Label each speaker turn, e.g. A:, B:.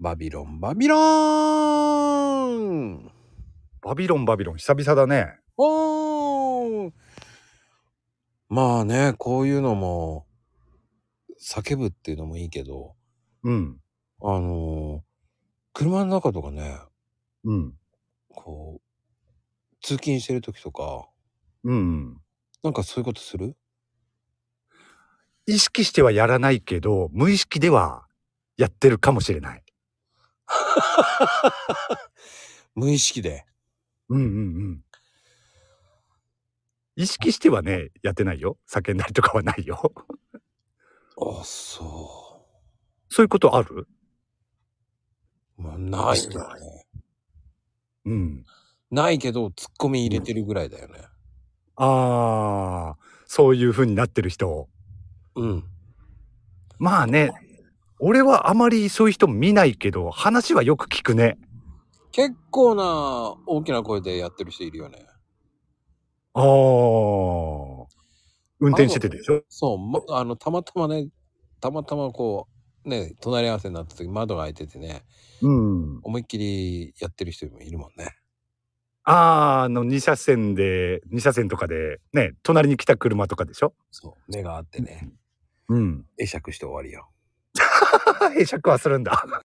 A: バビロン、バビローン
B: バビロンバビロン久々だね。
A: おーまあね、こういうのも、叫ぶっていうのもいいけど、
B: うん。
A: あのー車の中とかね、
B: うん。
A: こう、通勤してる時とか、
B: うんうん。
A: なんかそういうことする
B: 意識してはやらないけど、無意識ではやってるかもしれない。
A: 無意識で。
B: うんうんうん。意識してはね、やってないよ。叫んだりとかはないよ。
A: あ、そ
B: そういうことあ
A: う。
B: る
A: まあ、ないよ
B: な
A: ね。
B: うん。
A: ないけど、ツッコミ入れてるぐらいだよね。
B: ああ、そういう風になってる人。
A: うん。
B: まあね、俺はあまりそういう人見ないけど、話はよく聞くね。
A: 結構な大きな声でやってる人いるよね。
B: ああ。運転しててでしょ
A: そう、ま、あの、たまたまね、たまたまこう、ね、隣り合わせになった時窓が開いててね、
B: うん。
A: 思いっきりやってる人もいるもんね。
B: あーあの、2車線で、2車線とかで、ね、隣に来た車とかでしょ
A: そう、目が合ってね、
B: うん。
A: 会釈して終わりよ。
B: 会釈はするんだ。